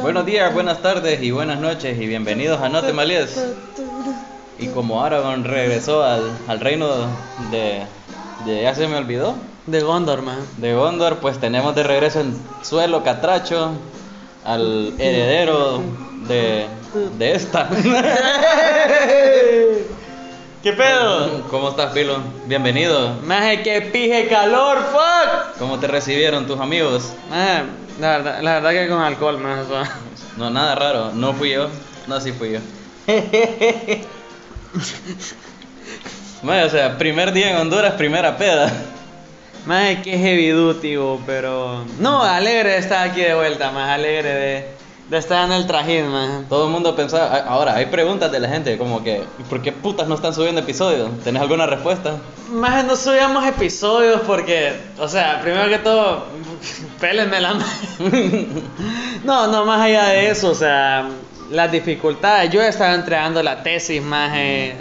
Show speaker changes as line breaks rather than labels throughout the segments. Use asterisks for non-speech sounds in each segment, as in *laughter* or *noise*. Buenos días, buenas tardes y buenas noches y bienvenidos a No te malies. Y como Aragorn regresó al, al reino de, de... Ya se me olvidó.
De Gondor, man.
De Gondor, pues tenemos de regreso en suelo catracho al heredero de, de
*laughs*
esta.
¿Qué pedo?
¿Cómo estás, Pilo? Bienvenido.
Maje, que pije calor, fuck.
¿Cómo te recibieron tus amigos?
Maje, la verdad, la verdad que con alcohol, maje. o sea.
No, nada raro. No fui yo. No, sí fui yo. Bueno, o sea, primer día en Honduras, primera peda.
Maje, que heavy duty, bo, pero. No, alegre de estar aquí de vuelta, más alegre de, de estar en el trajín, maje.
Todo el mundo pensaba. a- Ahora, hay preguntas de la gente, como que, ¿por qué putas no están subiendo episodios? ¿Tenés alguna respuesta?
Maje, no subíamos episodios porque, o sea, primero que todo, *laughs* pélenme la maje. *laughs* No, no, más allá de eso, o sea, las dificultades. Yo estaba entregando la tesis, maje.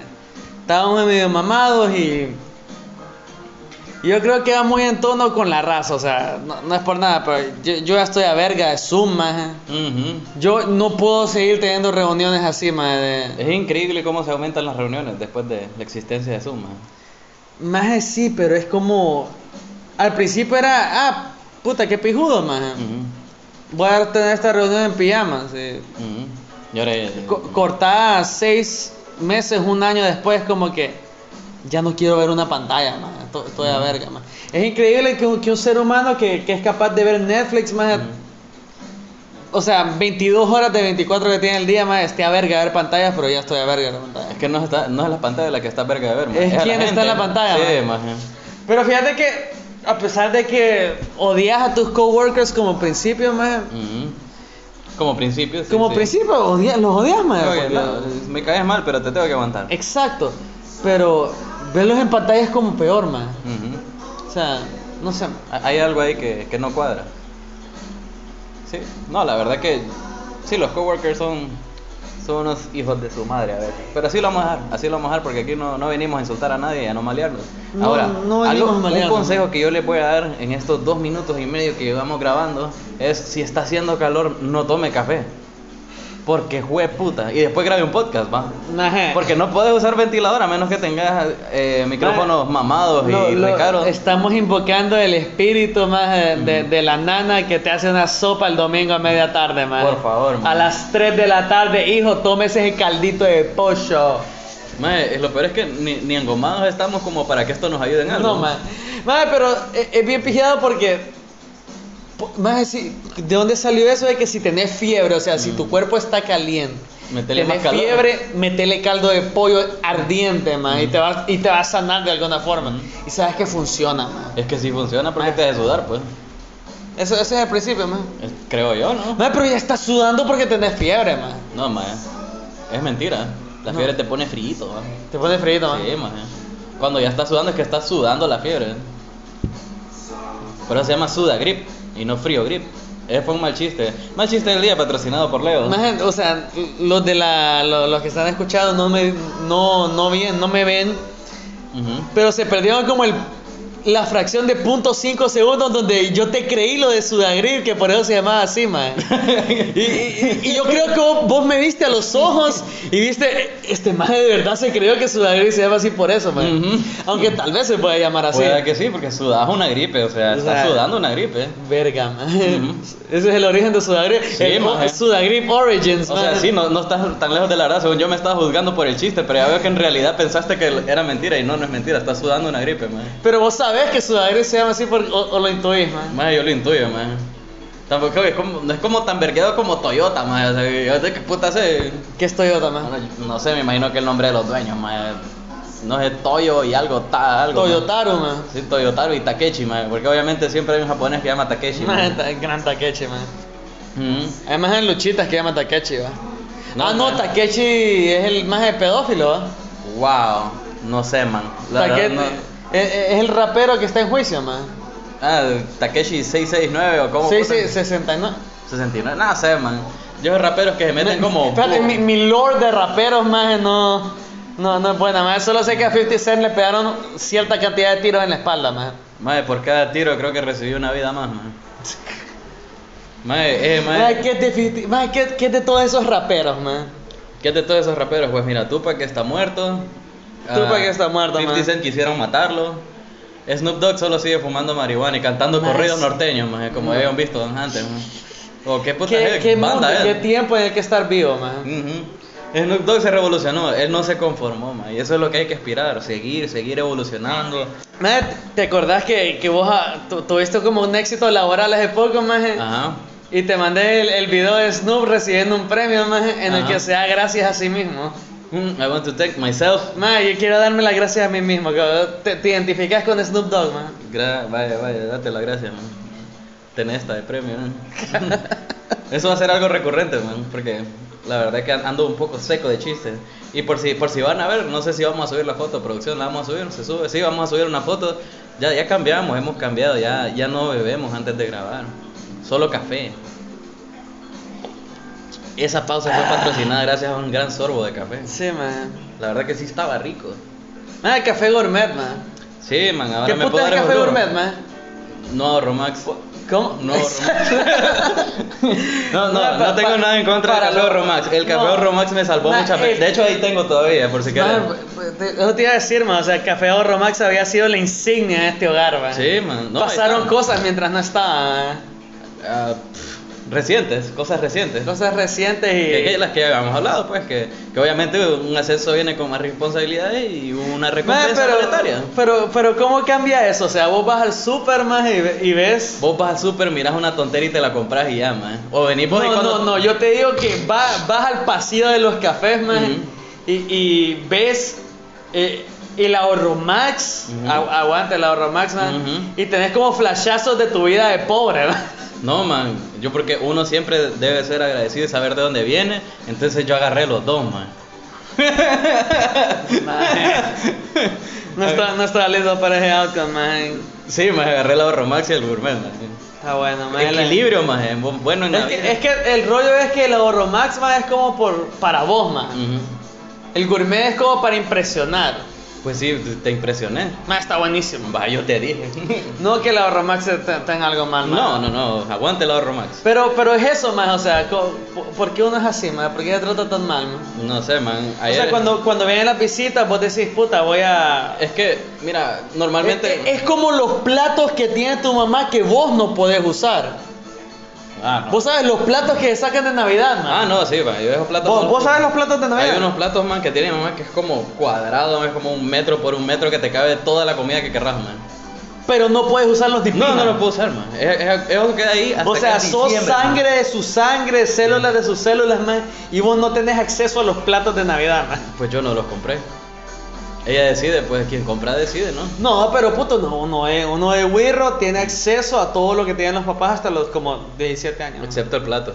Estábamos medio mamados y. Yo creo que va muy en tono con la raza, o sea, no, no es por nada, pero yo, yo ya estoy a verga de Zoom, maje.
Ujú.
Yo no puedo seguir teniendo reuniones así, maje. de-
Es increíble cómo se aumentan las reuniones después de la existencia de Zoom. ¿eh? ajá.
Maje sí, pero es como. Al principio era. Ah, puta, qué pijudo, maje.
Mm. Ujú,
Voy a tener esta reunión en pijamas. eh.
ujú. Y ahora, eh,
Co- cortada seis meses, un año después, como que. Ya no quiero ver una pantalla, maje. to- Estoy a verga, maje. Es increíble que un, que un ser humano que, que es capaz de ver Netflix, maje.
Mm.
O sea, 22 horas de 24 que tiene el día, maje. Esté a verga ver pantallas, pero ya estoy a verga de pantalla.
es que no, está, no es la pantalla la que está verga de ver. maje,
Es
a la
quién está
gente,
en la
maje.
pantalla,
Sí, ¿eh? maje.
Pero fíjate que a pesar de que odias a tus coworkers como principio, man,
Ujú. Como principio. sí,
como
sí.
principio odia- los odias, man.
Oye,
porque-
no, me caes mal, pero te tengo que aguantar.
Exacto. Pero verlos en pantalla es como peor, man.
Ujú.
O sea, no sé.
Ha- Hay algo ahí que, que no cuadra. Sí, no, la verdad que sí, los coworkers son, son unos hijos de su madre, a ver. Pero así lo vamos a dejar, así lo vamos a dejar porque aquí no, no venimos a insultar a nadie, a no malearnos.
No,
Ahora,
no venimos
algo-
a
un
malearnos.
consejo que yo les voy a dar en estos dos minutos y medio que llevamos grabando es si está haciendo calor, no tome café. Porque jue puta. Y después grabe un podcast, va.
Maje,
Porque no puedes usar ventilador a menos que tengas eh, micrófonos mamados y
lo- lo-
recaros.
estamos invocando el espíritu más de, de- de la nana que te hace una sopa el domingo a media tarde, man.
Por favor, maje.
A las 3 de la tarde, hijo, tómese ese caldito de pollo.
Mae, eh, lo peor es que ni, ni engomados estamos como para que esto nos ayude en algo.
No, man. Man, pero es, es bien pijado porque. po- Man, si- ¿de dónde salió eso de que si tenés fiebre, o sea, si
Mm.
tu cuerpo está caliente,
Metele
tenés
más calor.
fiebre, metele caldo de pollo ardiente, man, y, te va, y te va a sanar de alguna forma. Y sabes que funciona, man.
Es que si funciona, porque te hace sudar, pues?
Eso, eso es el principio, man.
Es- creo yo, ¿no?
Man, pero ya estás sudando porque tenés fiebre, man.
No, mae. Es mentira. La
No.
fiebre te pone frito, mae.
Te pones frío, man.
Sí, mae. Cuando ya estás sudando es que estás sudando la fiebre. Por eso se llama suda grip y no frío grip. Ese fue un mal chiste. Mal chiste del día patrocinado por Leo.
Man, o sea, los de la, lo- los, que están escuchando no me, no, no bien, no me ven, *laughs*
Ujú.
Pero se perdieron como el, la fracción de .5 segundos donde yo te creí lo de Sudagril, que por eso se llamaba así, mae. Y, y- y yo creo que vos, vos me viste a los ojos y viste, este mae de verdad se creyó que Sudagril se llama así por eso, mae.
Ujú.
Aunque tal vez se pueda llamar así.
Puede que sí, porque sudas una gripe, o sea,
O
estás
sea-
sudando una gripe.
Verga, mae.
Ujú.
Ese es el origen de Sudagril.
Sí,
el
mae.
Sudagril Origins,
O sea,
mae.
sí, no, no estás tan lejos de la verdad. Según yo me estaba juzgando por el chiste, pero ya veo que en realidad pensaste que era mentira y no, no es mentira. Estás sudando una gripe, man.
Pero vos sabés que Sudagril se llama así por, o, o lo intuís, mae.
Más yo lo intuyo, man. Tampoco es como, no es como tan vergueado como Toyota, man. O sea, yo sé qué puta sé.
¿Qué es Toyota, mae?
Bueno, yo No sé, me imagino que el nombre de los dueños, man. No sé, Toyo y algo, ta, algo. man.
Toyotaru, mae.
Sí, Toyotaro y Takechi, man. Porque obviamente siempre hay un japonés que llama Mm. Takeshi,
Mae,
man.
ta- gran taqueche, mae.
Ujú.
Además en luchitas que llama Takechi, va.
No,
ah, no,
no.
Takechi es el más de pedófilo, va.
Wow, no sé, man. La verdad,
Take-
no-
es, es el rapero que está en juicio, man.
Ah, Takeshi 669 o cómo.
Sí,
puta-
sí, 69.
69, nada sé, man. Yo esos raperos que se meten
Me-
como.
Espérate, mi, mi lord de raperos, más no, no, no es buena, más Solo sé que a 50 Cent le pegaron cierta cantidad de tiros en la espalda, más
Mae, por cada tiro creo que recibí una vida más,
*laughs*
mae. Mae, eh, mae.
Mae, ¿qué, es de- mae, ¿qué, qué es de todos esos raperos, man?
¿Qué es de todos esos raperos? Pues mira, Tupac está muerto. ah,
Tupac está muerto,
50
man.
Cent quisieron matarlo. Snoop Dogg solo sigue fumando marihuana y cantando
Mae,
corridos
sí.
norteños, maje, como habían visto antes. maje. O qué puta
¿Qué,
es,
qué
banda
mundo, qué
es.
tiempo en el que estar vivo, man?
Ujú. Snoop Dogg se revolucionó, él no se conformó, maje, y eso es lo que hay que aspirar, seguir, seguir evolucionando.
Mae, ¿te acordás que, que vos ah, tu- tuviste como un éxito laboral hace poco, maje?
Ajá.
Y te mandé el, el video de Snoop recibiendo un premio, maje, en el
Ajá.
que se da gracias a sí mismo.
Mm, I want to take myself.
Maje, yo quiero darme las gracias a mí mismo, cabrón. Te, te identificas con Snoop Dogg, maje.
Gra- vaya, vaya, date la gracia, man. Ten esta de premio,
*laughs*
man. Eso va a ser algo recurrente, man, porque la verdad que an- ando un poco seco de chistes. Y por si, por si van a ver, no sé si vamos a subir la foto, producción, la vamos a subir, se sube, sí, vamos a subir una foto. Ya, ya cambiamos, hemos cambiado, ya, ya no bebemos antes de grabar. Solo café. Esa pausa fue patrocinada gracias a un gran sorbo de café.
Sí, maje.
La verdad que sí estaba rico.
Maje, café gourmet, maje.
Sí, man, ahora
¿Qué
me
puta
puedo
es
dar
café
el
gourmet, maje?
No, Romax.
*laughs* ¿Cómo?
No, No, no,
Mae,
no
pa-
tengo
pa-
nada en contra
para
del café
lo-
Romax. El café
no.
Romax me salvó
Ma,
muchas
el-
veces. De hecho, ahí tengo todavía, por si quieren.
Mae, pues, te- Eso te iba a decir, man. O sea, Café Ahorro Max había sido la insignia de este hogar, man.
Sí, man. No, ahí
Pasaron
está.
cosas mientras no estaba, man.
Ah, pff, recientes, cosas recientes.
Cosas recientes y.
Que- que las que habíamos hablado, pues, que, que obviamente un ascenso viene con más responsabilidades y una
Mae,
recompensa
pero,
monetaria.
pero, pero, ¿cómo cambia eso? O sea, vos vas al super, man, y, ve- y ves.
Vos vas al super, miras una tontera y te la compras y ya, man. O venís vos y pues,
No,
cuando-
no, no, yo te digo que va- vas al pasillo de los cafés, man,
Ujú.
y, y ves eh, el ahorro max,
Ujú.
agu- aguanta el ahorro max, man,
Ujú.
y tenés como flashazos de tu vida de
*laughs*
pobre, man.
No, man, yo porque uno siempre debe ser agradecido y saber de dónde viene, entonces yo agarré los dos, man.
No está, no está listo para ese outcome, man.
Sí, man, agarré el ahorro max y el gourmet, man.
Está bueno, man.
Equilibrio, más bueno en
Es
la vida.
que, es que el rollo es que el ahorro max, man, es como por, para vos, man.
Ujú.
El gourmet es como para impresionar.
Pues sí, te- te impresioné.
Man, está buenísimo.
Va, yo te
*laughs*
dije.
No que el ahorro max te- te- tenga algo mal, man.
No, no, no, aguante el ahorro max.
Pero, pero es eso más, o sea, co- po- ¿por qué uno es así, más? ¿Por qué se trata tan mal? man?
No sé, man.
O
Ayer...
sea, cuando, cuando vienen las visitas, vos decís, puta, voy a...
Es que, mira, normalmente...
Es, es como los platos que tiene tu mamá que vos no podés usar.
Ah, no.
Vos sabes los platos que sacan de Navidad, man.
Ah, no, sí, man. Yo dejo platos...
¿Vos,
con-
vos sabes los platos de Navidad?
Hay unos platos, man, que tiene mi mamá que es como cuadrado, es como un metro por un metro que te cabe toda la comida que querrás, man.
Pero no puedes usar los dipinas.
No, no lo puedo usar, man. Es- es- Eso queda ahí hasta
O sea,
casi
sos
diciembre, man.
sangre de su sangre, células de sus células, man, y vos no tenés acceso a los platos de Navidad, man.
Pues yo no los compré. Ella decide, pues quien compra decide, ¿no?
No, pero puto, no, uno es, uno es wirro, tiene acceso a todo lo que tienen los papás hasta los como 17 años. ¿no?
Excepto el plato.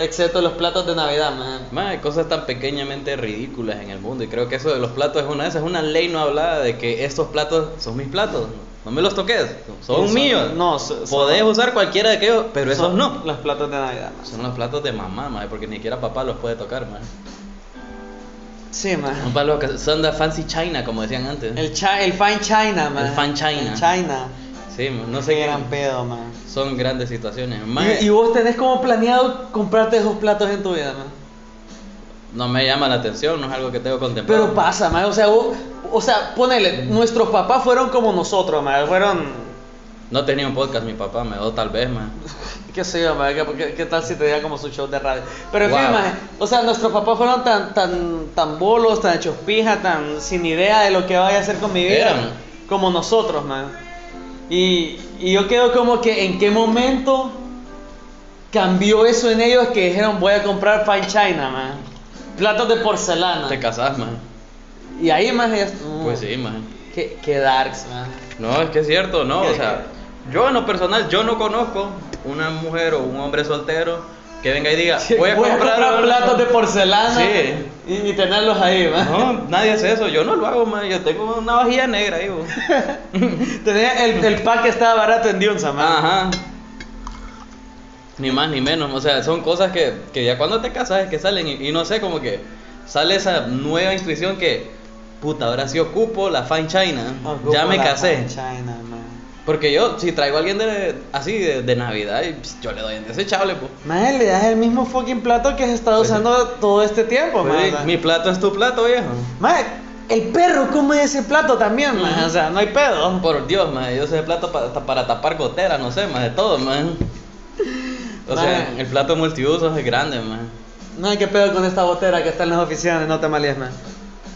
Excepto los platos de Navidad, man.
Más hay cosas tan pequeñamente ridículas en el mundo. Y creo que eso de los platos es una de esas. Es una ley no hablada de que estos platos son mis platos. No me los toques. Son
Eso-
míos.
No, so- so-
Podés usar cualquiera de aquellos, pero esos
son
no.
Los platos de Navidad. man.
Son los platos de mamá, mae, porque ni siquiera papá los puede tocar, man.
Sí, man.
Son palos que son de fancy china, como decían antes.
El, chi- el fine china, man.
El fine china.
El china.
Sí, mae, no sé
Qué
qué. eh.
gran pedo, man.
Son grandes situaciones. Mae,
Y, y vos tenés como planeado comprarte esos platos en tu vida, man.
No me llama la atención, no es algo que tengo contemplado.
Pero pasa, man. O sea, vos- o sea, ponele,
Mm.
nuestros papás fueron como nosotros, man. Fueron
No tenía un podcast mi papá, me o tal vez, man.
Qué sé yo, mae, ¿qué, qué- qué tal si te diera como su show de radio? Pero en
Wow.
fin, mae, o sea, nuestros papás fueron tan, tan, tan bolos, tan hechos pija, tan sin idea de lo que vaya a hacer con mi vida.
Eran.
Como nosotros, man. Y, y yo quedo como que en qué momento cambió eso en ellos que dijeron voy a comprar fine china, man. Platos de porcelana.
Te casás, man.
Y ahí, más
Pues sí, man.
Qué, qué darks, man.
No, es que es cierto, no,
¿Qué-
o sea, yo en lo personal, yo no conozco una mujer o un hombre soltero que venga y
*laughs*
diga, voy a, comprar,
platos de porcelana
Sí.
y, y tenerlos ahí, man.
No, nadie hace eso, yo no lo hago, man, yo tengo una vajilla negra ahí, bo.
Tenía el, el pack que estaba barato en Dionza, man.
Ajá. Ni más ni menos, o sea, son cosas que, que ya cuando te casas es que salen y, y no sé, como que sale esa nueva intuición que, puta, ahora sí ocupo la fan china,
Ocupo
ya me
Ah, la
casé.
pan China, man.
Porque yo, si traigo a alguien de, así de, de Navidad, y, pues, yo le doy indesechable, pues.
Maje, le das el mismo fucking plato que has estado
Pues sí.
usando todo este tiempo,
Pues,
maje.
sí,
o sea.
mi plato es tu plato, viejo.
Maje, el perro come ese plato también, maje. O sea, no hay pedo.
Por Dios, maje, yo ese plato pa- hasta para tapar goteras, no sé, más de todo, maje. O sea,
Maje.
el plato multiusos es grande, maje.
No hay que pedo con esta botera que está en las oficinas, no te malíes, maje.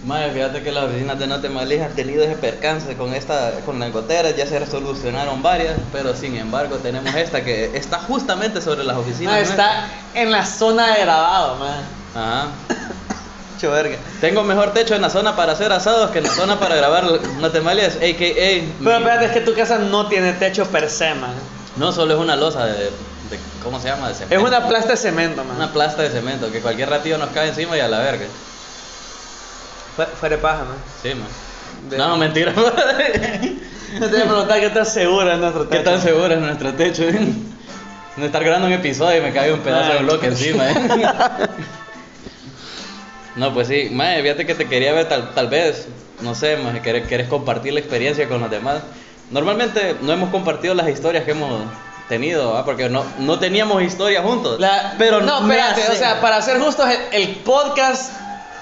Madre, fíjate que las oficinas de No Te Malís han tenido ese percance con esta, con las goteras, ya se solucionaron varias, pero sin embargo tenemos esta que está justamente sobre las oficinas.
Maje,
nuestras.
está en la zona de grabado, maje.
Ajá.
Cho verga.
Tengo mejor techo en la zona para hacer asados que en la zona para grabar No Te Malís, a.k.a.
Pero
mi-
espérate, es que tu casa no tiene techo per se, maje.
No solo es una losa de, de- ¿cómo se llama? De
Es
cemento.
una plasta de cemento, maje.
Una plasta de cemento que cualquier ratillo nos cae encima y a la verga.
Fue- Fuera de paja, maje.
Sí, man.
De-
No, mentira. *laughs*
No te voy a preguntar qué tan segura es nuestro
¿Qué
techo.
tan seguro es nuestro techo? eh? No estar grabando un episodio y me cae un pedazo de
Ay.
bloque *laughs* encima. eh. No, pues sí, mae, fíjate que te quería ver tal, tal vez, no sé, mae, querés, querés compartir la experiencia con los demás. Normalmente no hemos compartido las historias que hemos tenido, ¿va? porque no, no teníamos historias juntos.
La-
pero
no,
me
espérate,
hace-
o sea, para ser justos, el, el podcast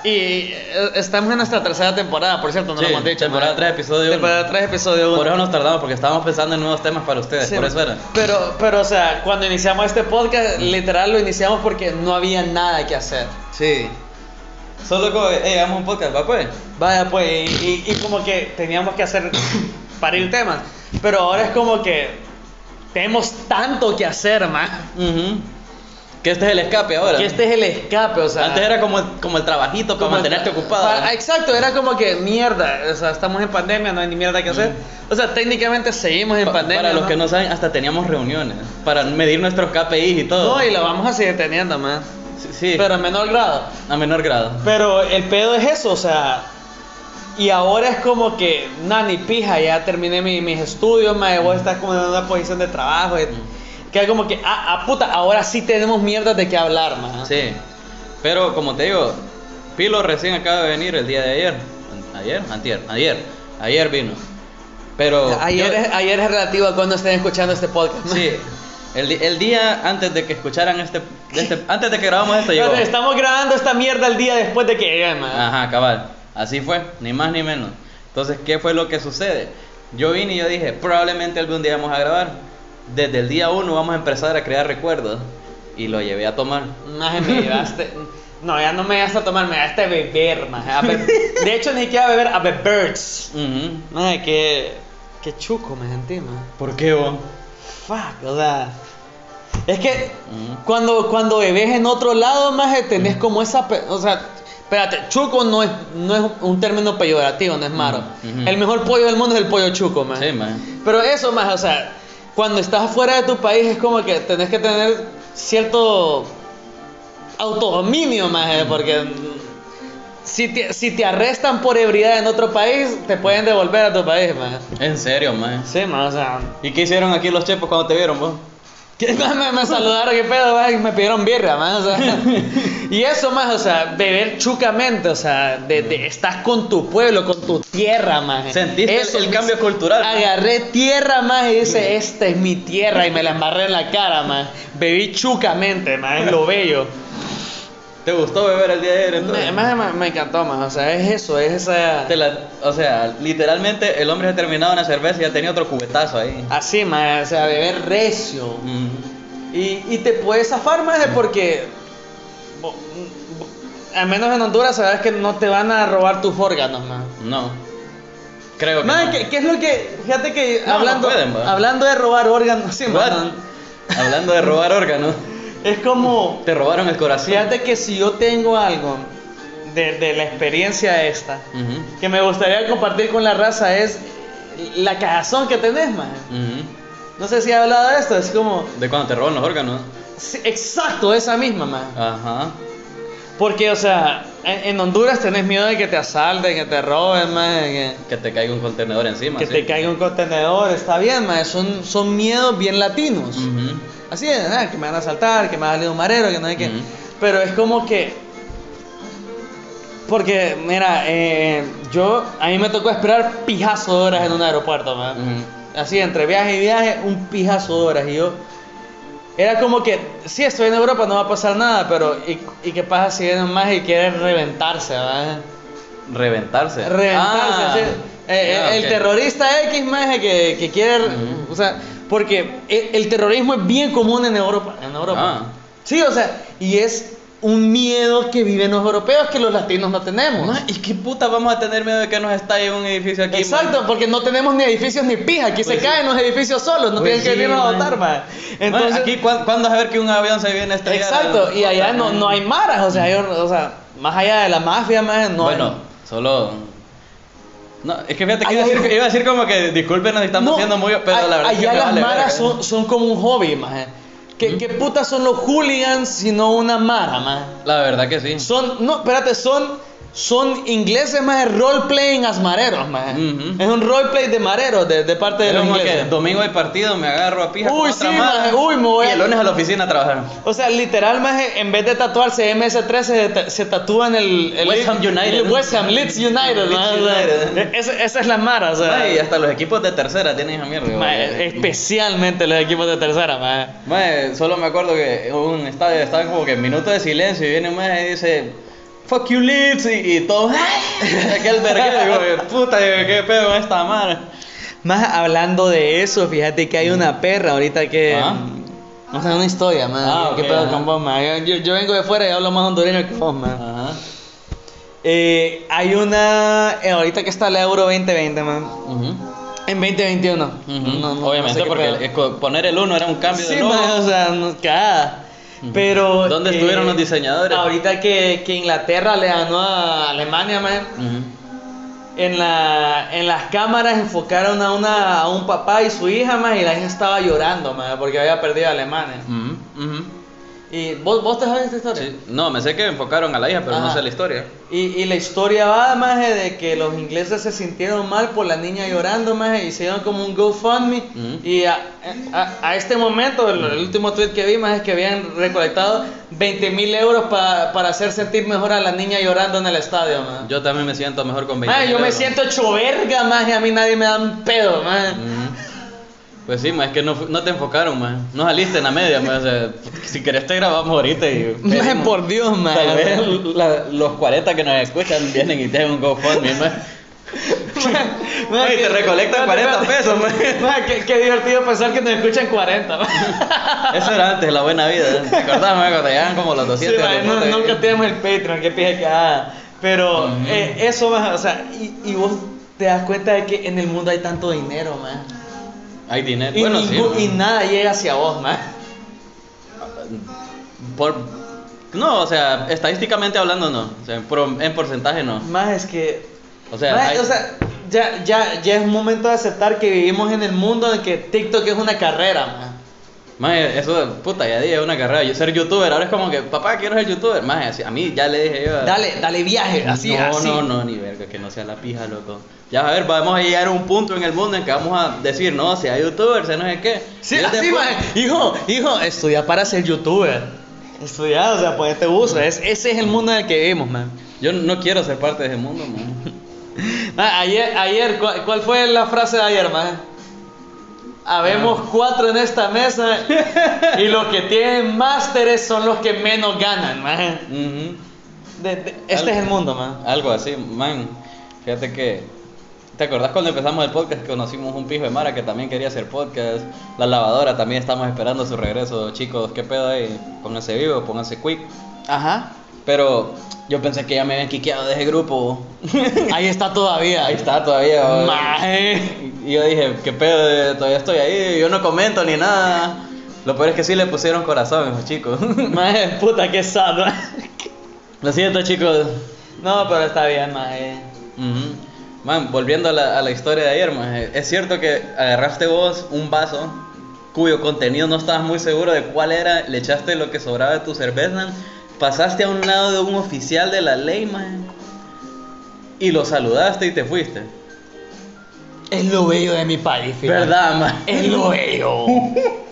y eh, estamos en nuestra tercera temporada, por cierto, no
Sí,
lo hemos dicho.
temporada
¿no?
tres, episodio
Temporada
uno.
3, episodio 1.
por eso nos tardamos, porque estábamos pensando en nuevos temas para ustedes, por eso era.
Pero, pero, o sea, cuando iniciamos este podcast, literal lo iniciamos porque no había nada que hacer.
Sí. Solo como, hey, hagamos un podcast, ¿va pues?
Vaya, pues, y, y- y como que teníamos
*coughs*
que hacer parir temas. Pero ahora es como que tenemos tanto que hacer, man.
Ujú. Que este es el escape ahora.
Que este es el escape, o sea.
Antes era como el, como el trabajito para
Como-
mantenerte ocupado.
Ah, exacto, era como que mierda, o sea, estamos en pandemia, no hay ni mierda que hacer. O sea, técnicamente seguimos en
Pa-
pandemia.
para los que no saben, hasta teníamos reuniones para medir nuestros KPIs y todo.
No, y la vamos a seguir teniendo, man.
Sí, sí,
Pero en menor grado.
a menor grado.
Pero el pedo es eso, o sea. Y ahora es como que, nani pija, ya terminé mi- mis estudios, ma, vos estás como en una posición de trabajo. y- que es como que, ah, ah, puta, ahora sí tenemos mierda de qué hablar, man.
Sí. Pero como te digo, Pilo recién acaba de venir el día de ayer. An- ¿Ayer? Antier. Ayer. Ayer vino. Pero.
Ayer,
yo-
es, ayer es relativo a cuando estén escuchando este podcast. ma.
Sí. El, di- el día antes de que escucharan este. de este- antes de que grabamos
*laughs*
esto, llegó.
Espérate, Estamos grabando esta mierda el día después de que eh, llegue, man.
Ajá, cabal. Así fue, ni más ni menos. Entonces, ¿qué fue lo que sucede? Yo vine y yo dije, probablemente algún día vamos a grabar. Desde el día uno vamos a empezar a crear recuerdos. Y lo llevé a tomar.
Maje, me llevaste.
*laughs*
No, ya no me llevaste a tomar, me llevaste a beber, maje.
*laughs*
a be- De hecho, ni siquiera a beber, a beber.
Ujú.
Maje, que. Que chuco me sentí, maje.
¿Por qué vos?
Fuck, o sea. Es que
Ujú.
cuando, cuando bebes en otro lado, maje, tenés como esa. pe- O sea, espérate, chuco no es, no es un término peyorativo, no es malo.
Ujú.
El mejor pollo del mundo es el pollo chuco, maje.
Sí, man.
Pero eso más, o sea, cuando estás fuera de tu país es como que tenés que tener cierto autodominio más, eh, porque si te, si te arrestan por ebriedad en otro país, te pueden devolver a tu país, más.
En serio, man.
Sí, más, o sea,
¿Y qué hicieron aquí los chepos cuando te vieron vos?
que *laughs* me, me saludaron, qué pedo, maje, y me pidieron birra, más,
*laughs*
o sea. Y eso más, o sea, beber chucamente, o sea, de, de- estás con tu pueblo, con tu tierra, más.
Sentiste el- el cambio cultural, maje.
Agarré tierra, más, y dice, esta es mi tierra, y me la embarré en la cara, más. Bebí chucamente, más, es lo bello.
¿Te gustó beber el día de ayer? entonces?
Me, maje, me- me encantó, más, o sea, es eso, es esa...
Te la- o sea, literalmente el hombre se terminaba una cerveza y ya tenía otro cubetazo ahí.
Así, más, o sea, beber recio.
Ujú.
Y, y te puedes zafar, maje, porque... bo- bo- Al menos en Honduras, sabes que no te van a robar tus órganos, más.
No. Creo que.
Mae,
no.
¿qué, qué es lo que.? Fíjate que
No, no
hablando,
pueden, va.
hablando de robar órganos, sí,
What?
man,
Hablando de robar órganos.
es como.
Te robaron el corazón.
Fíjate que si yo tengo algo de, de la experiencia esta
Ujú,
que me gustaría compartir con la raza es la cagazón que tenés, man.
ujú.
No sé si he hablado de esto, es como.
De cuando te roban los órganos.
sí, exacto, esa misma, man.
Ajá.
Porque, o sea, en, en Honduras tenés miedo de que te asalten, que te roben, man. Que,
Que te caiga un contenedor encima.
que
sí.
te caiga un contenedor, está bien, man. Son, son miedos bien latinos.
Ujú.
Así es, ah, que me van a saltar, que me va a salir un marero, que no hay que.
Ujú.
Pero es como que. Porque, mira, eh, yo. A mí me tocó esperar pijazo de horas en un aeropuerto, man.
Ujú.
así entre viaje y viaje, un pijazo de horas. Y yo, era como que, sí, estoy en Europa, no va a pasar nada, pero ¿y, y qué pasa si viene más y quiere reventarse? ¿eh? ¿verdad?
Reventarse.
Reventarse.
Ah.
sí. Eh,
Ya,
eh, El
ok.
terrorista X más que, que quiere,
Ujú.
o sea, porque el, el terrorismo es bien común en Europa. En Europa.
Ah.
Sí, o sea, y es un miedo que viven los europeos que los latinos no tenemos.
Ma, ¿Y qué puta vamos a tener miedo de que nos estalle un edificio aquí?
Exacto, porque no tenemos ni edificios ni pija. Aquí se
Pues sí.
caen los edificios solos, no
Pues
tienen que
sí,
venirnos a
man.
votar, man.
Entonces,
Entonces,
aquí, ¿cuán- ¿cuándo vas a ver que un avión se viene a estrellar?
exacto, y allá no, no hay maras, o sea, hay un- o sea, más allá de la mafia, más no hay-
bueno, solo. No, es que fíjate que
Ay,
iba a,
ay,
decir,
ay.
iba a decir como que disculpen, nos estamos
No,
haciendo muy. Pero
a-
la verdad es que me
allá las
vale verga.
maras son, son como un hobby, más. ¿Qué,
¿Mm?
¿Qué putas son los hooligans sino una mara, más?
La verdad que sí.
Son, no, espérate, son, son ingleses más role-playing as mareros, más.
Ujú.
Es un roleplay de mareros de, de parte de
Es
los
como que
ingleses.
domingo hay partido, me agarro a pija. con
Uy,
otra
sí,
mara,
maje, uy, me voy
Y
a-
el lunes a la oficina a trabajar.
O sea, literal, maje, en vez de tatuarse MS3, se, ta- se tatúan el, el-
West Ham United.
el West Ham, Leeds United.
Leeds
maje, o sea, e,
United.
esa, esa es la mara, o sea.
Ay, hasta los equipos de tercera tienen esa mierda.
maje, especialmente los equipos de tercera, maje.
Mae, solo me acuerdo que en un estadio estaba como que en minuto de silencio y viene un mae y dice Fuck you Leeds y, y todo *laughs* aquel verguero digo, puta digo, qué pedo con esta madre
Más hablando de eso, fíjate que hay una perra ahorita que. mm,
Ah.
O sea, una historia, man.
Ah, ok,
¿Qué pedo
ajá.
con vos, man? Yo, yo vengo de fuera y hablo más hondureño que vos, man.
Ajá.
Eh, hay una. eh, ahorita que está la Euro 2020, man.
Ujú.
En 2021.
Ujú.
No, no, no
Obviamente,
sé qué
porque
pedo.
es co- poner el uno era un cambio
Sí,
de logo.
man, o sea, no, cagada.
Ujú.
Pero. eh,
¿Dónde estuvieron los diseñadores?
Ahorita que, que Inglaterra le ganó a Alemania, man.
Ujú.
En, la, en las cámaras enfocaron a, una, a un papá y su hija más y la hija estaba llorando más porque había perdido a Alemania.
Ujú. Ujú.
Y vos, vos te sabes esta historia.
Sí. No, me sé que enfocaron a la hija, pero no
Ajá.
sé la historia.
Y, y la historia va más de que los ingleses se sintieron mal por la niña llorando más y hicieron como un GoFundMe.
Ujú.
Y a, a- a este momento, el, el último tweet que vi más es que habían recolectado 20 mil euros pa- para hacer sentir mejor a la niña llorando en el estadio. Maje.
Yo también me siento mejor con 20
Maje, yo me
euros.
siento hecho verga más y a mí nadie me da un pedo más.
Ujú. Pues sí, ma, es que no, fu- no te enfocaron, más. No saliste en la media, ma, o sea, si querés te grabamos ahorita
*laughs*
y...
Maje, por Dios, man.
Tal vez la- los 40 que nos escuchan vienen y te hacen un GoFundMe, ¿no? Oye, te recolectan 40 pesos, man.
*laughs* Qué, qué divertido pensar que nos escuchan 40. man.
Eso era antes, la buena vida. ¿eh? ¿Te acordás, man, cuando llegaban como los
Sí,
200?
man, no-
reportes?
nunca tenemos el Patreon, qué pija que ah. Pero
Ujú.
eh, eso, man, o sea, y, y vos te das cuenta de que en el mundo hay tanto dinero, man.
Hay dinero.
Y,
Eh, bueno, sí.
ningún-
man.
y nada llega hacia vos, man.
Por... No, o sea, estadísticamente hablando no. O sea, en, pro- en porcentaje no.
Más es que.
O sea,
man,
hay-
o sea, ya, ya, ya es momento de aceptar que vivimos en el mundo en que TikTok es una carrera, man.
Más eso, puta, ya dije, es una carrera. Yo ser youtuber, ahora es como que, papá, quiero ser youtuber. Más así, a mí ya le dije yo.
Dale, dale viaje, así,
no,
así.
no, no, ni verga, que no sea la pija, loco. Ya vas a ver, vamos a llegar a un punto en el mundo en que vamos a decir, no, sea youtuber, sea no sé qué.
Sí,
Y es
así,
después-
maje. Hijo, hijo, estudia para ser youtuber. Estudia, o sea, ponete buzo. Es, ese es el mundo en el que vivimos, man.
Yo no quiero ser parte de ese mundo, man.
Ma, Ah, ayer, ayer ¿cuál, cuál fue la frase de ayer, man? Habemos
Ah.
cuatro en
*laughs*
esta mesa y los que tienen másteres son los que menos ganan, man.
Ujú.
De- de-
Al-
este es el mundo, man.
Algo así, man. Fíjate que. ¿Te acordás cuando empezamos el podcast que conocimos un pijo de Mara que también quería hacer podcast? La lavadora también estamos esperando su regreso, chicos. ¿Qué pedo ahí? Pónganse vivos, pónganse quick.
Ajá.
Pero yo pensé que ya me habían quiqueado de ese grupo.
Ahí está todavía.
Ahí está todavía. bro.
Maje.
Y yo dije, ¿qué pedo? eh, Todavía estoy ahí. Yo no comento ni nada. Lo peor es que sí le pusieron corazón, esos chicos.
Maje, puta, qué sad, man.
*laughs* Lo siento, chicos.
No, pero está bien, maje.
Ujú. Man, volviendo a la, a la historia de ayer, man, eh, es cierto que agarraste vos un vaso cuyo contenido no estabas muy seguro de cuál era, le echaste lo que sobraba de tu cerveza, pasaste a un lado de un oficial de la ley, man, y lo saludaste y te fuiste.
Es lo bello de mi país, fíjate.
¿Verdad, man?
Es lo bello.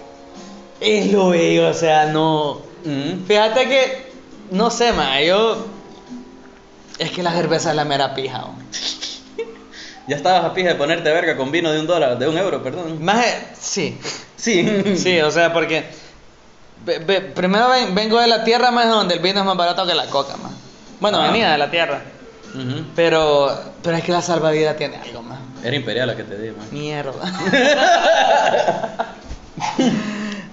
*laughs* es lo bello, o sea, no.
Ujú.
Fíjate que, no sé, ma, yo. Es que la cerveza es la mera pija. o.
Ya estabas a pija de ponerte verga con vino de un dólar, de un euro, perdón.
Maje, eh, *laughs* sí.
Sí.
Sí, o sea, porque. ve- ve- primero ven- vengo de la tierra más donde el vino es más barato que la coca, más. Bueno,
Ah.
venía de la tierra.
Ujú.
Pero. Pero es que la salvavidas tiene algo más.
Era imperial la que te di, man.
Mierda. *laughs*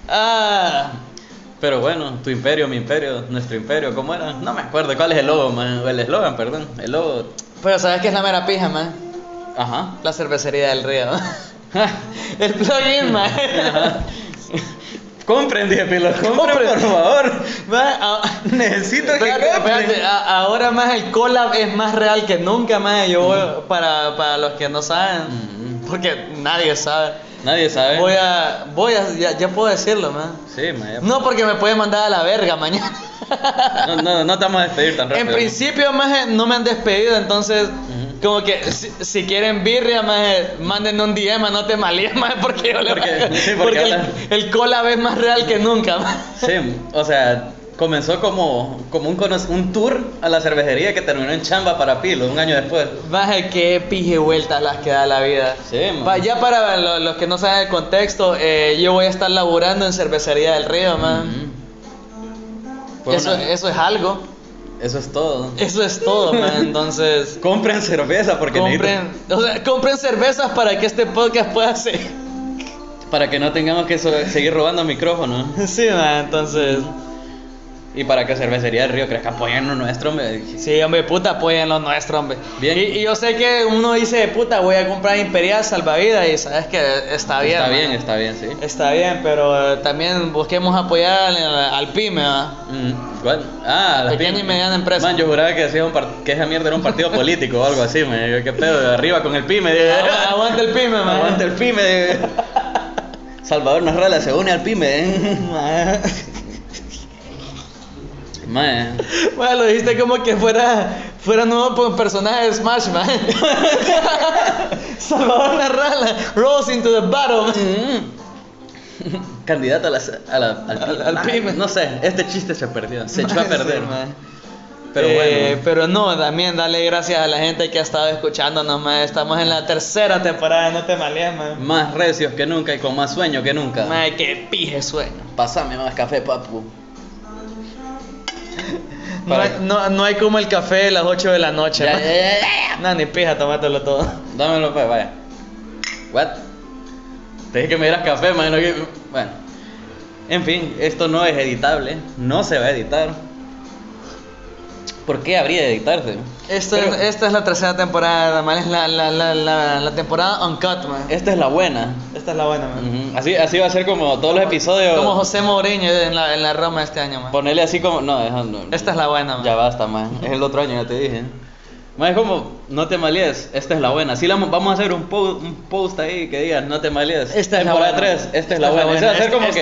ah.
Pero bueno, tu imperio, mi imperio, nuestro imperio, ¿cómo era? No me acuerdo cuál es el logo, man. El eslogan, perdón. El logo.
Pero sabes que es la mera pija, man.
Ajá.
La cervecería del río. *laughs* el plugin, man.
*laughs* Compren, dije Pilo, compren,
Compren.
por favor.
Man, ah-
Necesito que
Espérate, espérate,
compren.
a- ahora más el collab es más real que nunca más. Yo voy- para, para los que no saben,
Mm, Eh.
porque nadie sabe.
Nadie sabe.
Voy a, voy a, ya, ya puedo decirlo, man.
Sí, man. ya-
No porque me pueden mandar a la verga mañana.
No, no, no te vamos a despedir tan rápido.
En principio, más no me han despedido, entonces
Ujú.
como que si, si quieren birria, más manden un DM, no te malíes, más porque yo le
Porque- sí, porque
porque el,
habla-
el collab es más real que nunca, maje.
Sí, o sea, comenzó como, como un, cono- un tour a la cervecería que terminó en chamba para Pilo un año después.
Maje, qué pije vueltas las que da la vida.
Sí, man.
Pa- ya para lo- los que no saben el contexto, eh, yo voy a estar laburando en Cervecería del Río, man.
Mm. Fue
Eso,
una-
eso es algo.
eso es todo.
Eso es
*laughs*
todo, man. Entonces,
Compren cerveza porque
compren, o sea, compren cervezas para que este podcast pueda ser. *laughs*
necesito- para que no tengamos que so- seguir robando micrófonos.
Sí, man, entonces.
Y para que Cervecería del Río crezca apoyando nuestro. hombre.
Sí, hombre, puta, apoyen lo nuestro, hombre.
Bien.
Y, y yo sé que uno dice, puta, voy a comprar Imperial Salvavidas y sabes que está bien.
Está
man.
bien, está bien, sí.
Está bien, pero eh, también busquemos apoyar al, al PYME, ¿va?
Mm, ¿Cuál? Ah, la
Pequeña y mediana empresa.
Man, yo juraba que, hacía un par- que esa mierda era un partido político o algo así. man. Yo, ¿Qué pedo? De arriba con el pyme. de-
Agu- Aguanta el PYME, man.
Aguanta el pyme. de- *laughs* Salvador Narrala se une al pyme. *laughs* ¿eh? Man.
Bueno, lo dijiste como que fuera, fuera nuevo por personaje de Smash, man.
*laughs*
Salvador Narrala, Rose into the battle, man. *laughs*
Mm. Candidato a la, a la- al, PYME.
Al- al PYME.
No sé, este chiste se perdió. Se echó a
Man,
perder.
sí, man.
Pero
Eh,
bueno.
Pero no, también dale gracias a la gente que ha estado escuchándonos, man. Estamos en la tercera temporada, no te malees, man.
Más recios que nunca y con más sueño que nunca.
Man, que pije sueño.
Pásame más café, papu.
No
Para-
hay, no, no hay como el café de las 8 de la noche,
Ya,
man.
ya, ya, ya.
No, ni pija, tomátelo todo.
Dámelo, pues, vaya. What? Te dije que me dieras café, man. no que- Bueno. En fin, esto no es editable. No se va a editar. ¿Por qué habría de editarse?
Esto
Pero-
es, esta es la tercera temporada, man. Es la, la, la, la, la temporada uncut, Mm. man.
Esta es la buena.
Esta es la buena, man.
Ujú. así, así va a ser como todos los episodios.
Como José Mourinho en la, en la Roma este año, man.
Ponerle así como. No, eso no.
Esta es la buena, man.
Ya basta, man. Es el otro año, ya te dije. Man, es como, no te malíes, esta es la buena. Así la mo- vamos a hacer un, po- un post ahí que diga, no te malíes.
Esta es la
Temporada
buena.
tres, esta, es la buena. O sea, hacer
Esta-
como
esta-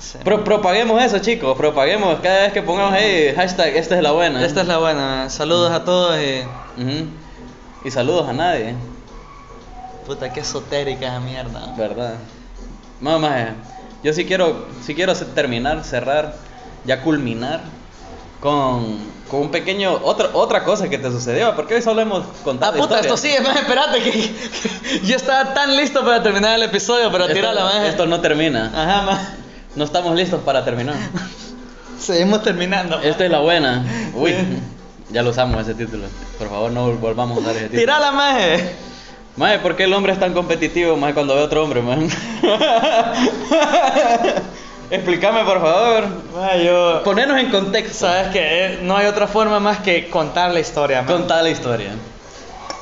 Sí.
que. pro- propaguemos eso, chicos. Propaguemos cada vez que pongamos ahí hashtag, esta es la buena.
Esta es la buena, man. Saludos a todos y...
Ujú. Y saludos a nadie,
Puta, qué esotérica esa mierda.
¿verdad? Más, más, eh, yo sí quiero, sí quiero ce- terminar, cerrar, ya culminar con, con un pequeño. Otra, otra cosa que te sucedió, porque hoy solo hemos
Ah,
contado.
puta,
historias.
esto sí, man, espérate que, que- yo estaba tan listo para terminar el episodio, pero
Esto-
tírala, man.
Esto no termina.
Ajá, man.
No estamos listos para
*laughs*
terminar.
Seguimos terminando. man.
Esta es la buena. Uy, ya lo usamos ese título. Por favor, no volvamos a usar ese título.
Tírala, man. eh.
Mae, ¿por qué el hombre es tan competitivo, mae, *laughs* cuando ve a otro hombre, man? Explícame, por favor.
Man, yo...
Ponernos en contexto.
Sabes que eh, no hay otra forma más que contar la historia, man.
Contar la historia.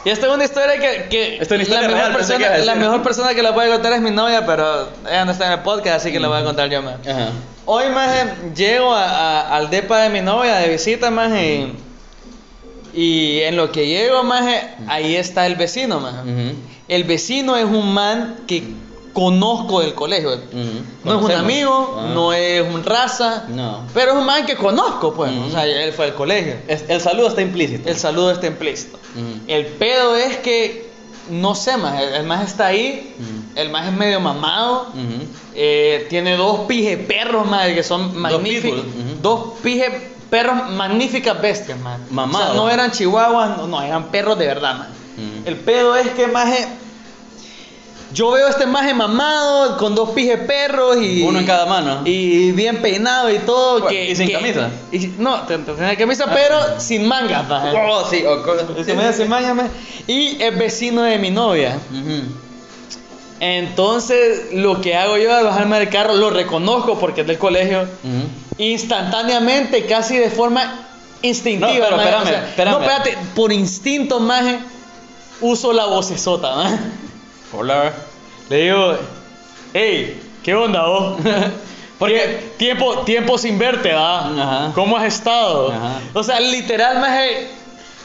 Y esta es una historia que, que
Esta es una historia
la,
real,
mejor
pensé que
persona,
iba a decir.
la mejor persona que la puede contar es mi novia, pero ella no está en el podcast, así que la voy a contar yo más.
Ajá.
Hoy más llego a- a- al depa de mi novia de visita más y, y en lo que llego más ahí está el vecino más.
Ujú.
El vecino es un man que conozco del colegio.
Ujú.
No es un
Conocemos. Ah.
amigo,
Ajá.
no es un raza,
No.
pero es un man que conozco, pues.
Mm.
O sea, él fue al colegio.
Es- el saludo está implícito.
El saludo está implícito.
Ujú.
El pedo es que, no sé, más, el, el más está ahí,
Ujú.
el más es medio mamado,
Ujú.
eh, tiene dos pije perros, madre, que son magníficos.
pitbull, ujú.
Dos pije perros magníficas bestias, man.
Mamado.
O sea, no eran chihuahuas, no, no, eran perros de verdad, man.
Ujú.
El pedo es que maje. Yo veo a este maje mamado con dos pije perros y.
Uno en cada mano.
Y bien peinado y todo.
Bueno,
que,
y sin
que-
camisa. Ah,
y- no, te- te- tenía camisa, pero sin mangas, maje.
Oh, sí, o con-
Este maje sin mangas, maje. Y es vecino de mi novia.
Ujú.
Entonces, lo que hago yo al bajarme del carro, lo reconozco porque es del colegio.
Ujú.
Instantáneamente, casi de forma instintiva.
No, pero
maje.
espérame, espérame.
No, espérate, por instinto, maje, uso la vocesota, maje.
Hola.
Le digo, hey, ¿qué onda vos?
*laughs*
Porque tiempo, tiempo sin verte, ¿va?
Ajá.
¿Cómo has estado?
Ajá.
O sea, literal, maje,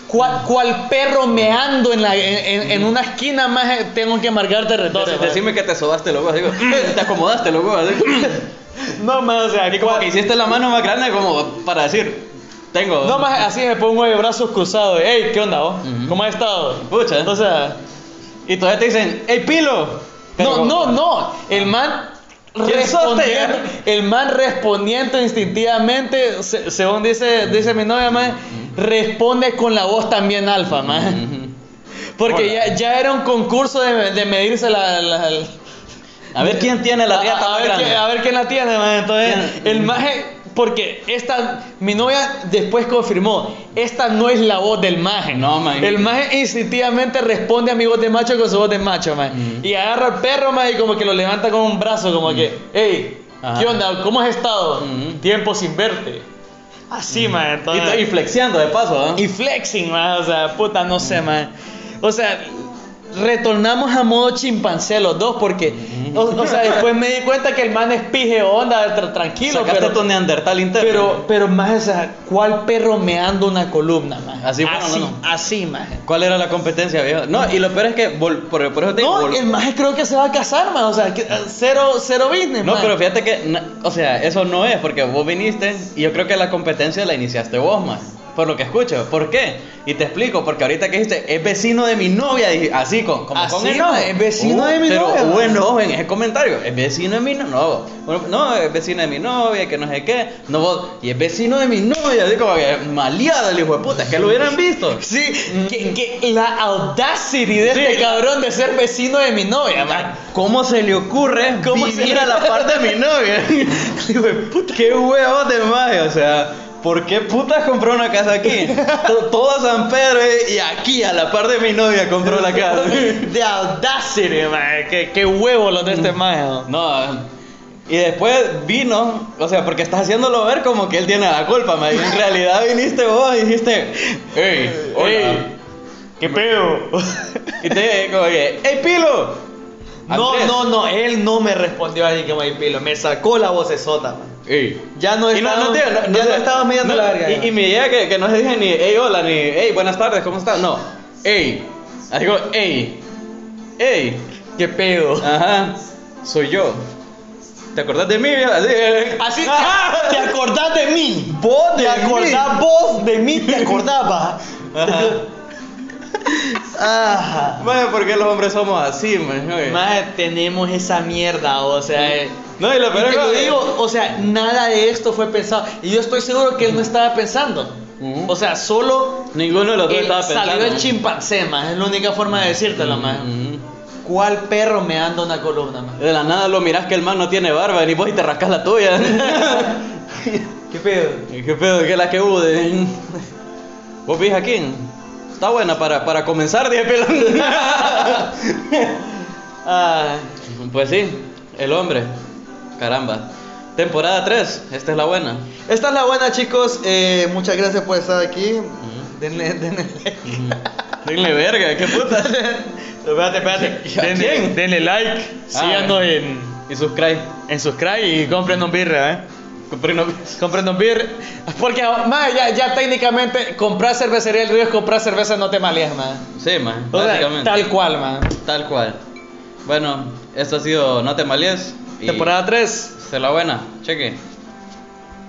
cual, cual perro meando en, la, en, en- en una esquina, maje, tengo que marcar territorio.
Dec-
maje.
Decime que te sobaste los huevos, digo, *laughs* te acomodaste los
*laughs*
huevos. así.
No, más, o sea,
Y como
cual-
que hiciste la mano más grande como para decir, tengo...
No, más así me pongo de brazos cruzados. Ey, ¿qué onda vos?
Ujú.
¿Cómo has estado?
Pucha.
O sea,
Y todavía te dicen, ¡Ey, pilo! Ah.
no, no, no. El man
¿Quién sos,
respondiendo,
te?
el man respondiendo instintivamente, se- según dice, dice mi novia, man, responde con la voz también alfa, man.
Ujú.
Porque
Hola.
ya, ya era un concurso de, de medirse la, la- la-
A ver quién tiene la dieta
a,
más
ver
grande.
quién, a ver quién la tiene, man. Entonces,
¿Quién?
el maje, porque esta, mi novia después confirmó, esta no es la voz del maje.
No, man.
El maje instintivamente responde a mi voz de macho con su voz de macho, man.
Mm.
Y agarra al perro, man, y como que lo levanta con un brazo, como que, hey,
Ajá.
¿qué onda? ¿Cómo has estado?
Mm.
Tiempo sin verte. Así, man.
Y,
Entonces,
to- y flexiando de paso, ¿ah?
y flexing, man. O sea, puta, no sé, man. O sea, retornamos a modo chimpancé los dos porque, o, o sea, después me di cuenta que el man es pije onda, tra- tranquilo,
Sacaste
pero,
tu neandertal interno.
pero, pero más, o sea, ¿cuál perro meando una columna, man?
Así, bueno,
así,
no, no.
así, man.
¿Cuál era la competencia, viejo? No, y lo peor es que, vol- por, por eso te digo...
No,
vol-
el maje creo que se va a casar, man. O sea, que- cero, cero business,
No,
man.
pero fíjate que, na- o sea, eso no es, porque vos viniste y yo creo que la competencia la iniciaste vos, más, por lo que escucho. ¿Por qué? Y te explico, porque ahorita que dijiste, es vecino de mi novia, dije, así, con, como con
Así,
enojo.
¿Ah, ma, es vecino
Hubo-
de mi novia,
Pero
ma.
hubo enojo en ese comentario, es vecino de mi novia, no, bueno, no, es vecino de mi novia, que no sé qué, no vos, y es vecino de mi novia, así como que maleado el hijo de puta, es que lo hubieran visto. Mm.
Sí, que, que la audacity de este cabrón de ser vecino de mi novia, man.
¿Cómo se le ocurre
¿Cómo se
vivir
le-
a la par de mi novia?
*laughs*
Digo, puta, qué huevos de magia, o sea, ¿por qué putas compró una casa aquí? To- Toda San Pedro eh, y aquí a la par de mi novia compró la casa.
*laughs* De Audacity, man. Qué, qué huevo los de este mago.
No, y después vino, o sea, porque estás haciéndolo ver como que él tiene la culpa, ma, y en realidad viniste vos y dijiste, hey, hola.
Ey, ¿Qué pedo?
Y te como que, hey, Pilo.
no,
Andrés.
no, no, él no me respondió así que me pilo. Me sacó la vocesota, man.
Ey.
Ya no
Y no,
estaba,
no, tío, no, no,
ya no
no,
estaba mediando
no,
la verga.
Y, y me llega que, que no se dije ni, hey, hola, ni, hey, buenas tardes, ¿cómo estás? No, hey. Así como, hey, hey,
¿Qué pedo?
ajá, soy yo. ¿Te acordás de mí? viejo? Así, eh,
*laughs* Así
*laughs* ajá.
te acordás de mí.
Vos
Te
de
acordás
mí.
vos de
*laughs*
mí, te acordabas.
Ajá.
Ajá.
Bueno, porque los hombres somos así, man. oye.
Más tenemos esa mierda, o sea. eh.
No, eh. y lo peor
Y
es
te lo
que-
digo, o sea, nada de esto fue pensado. Y yo estoy seguro que él no estaba pensando.
Ujú.
O sea, solo
Ninguno de los dos
él
estaba pensando.
salió el chimpancé, más. Es la única forma de decírtelo, más.
Ujú.
¿Cuál perro me anda una columna, más?
De la nada lo mirás que el man no tiene barba, ni vos y te rascas la tuya.
*laughs* ¿Qué pedo?
¿Qué pedo? ¿Qué la que hubo de- ¿Vos viste aquí? Está buena para, para comenzar, dije
*laughs*
pelón.
Ah,
pues sí, el hombre. Caramba. Temporada 3, esta es la
*laughs*
buena.
esta es la buena, chicos. Eh, muchas gracias por estar aquí. Denle, denle.
Denle verga, qué puta.
*laughs* espérate, espérate.
*laughs* ¿Y a quién? Ah,
denle like.
bueno.
en.
Y subscribe.
en subscribe y compren un birra, ¿eh?
Compré una-
Compren un birra. Porque, más ya, ya técnicamente, comprar cervecería del río es comprar cerveza, no te maleas, man.
Sí, man.
O sea,
Básicamente.
tal cual, man.
Tal cual. Bueno, esto ha sido No te malies. y
Temporada 3.
Esta es la buena. Cheque.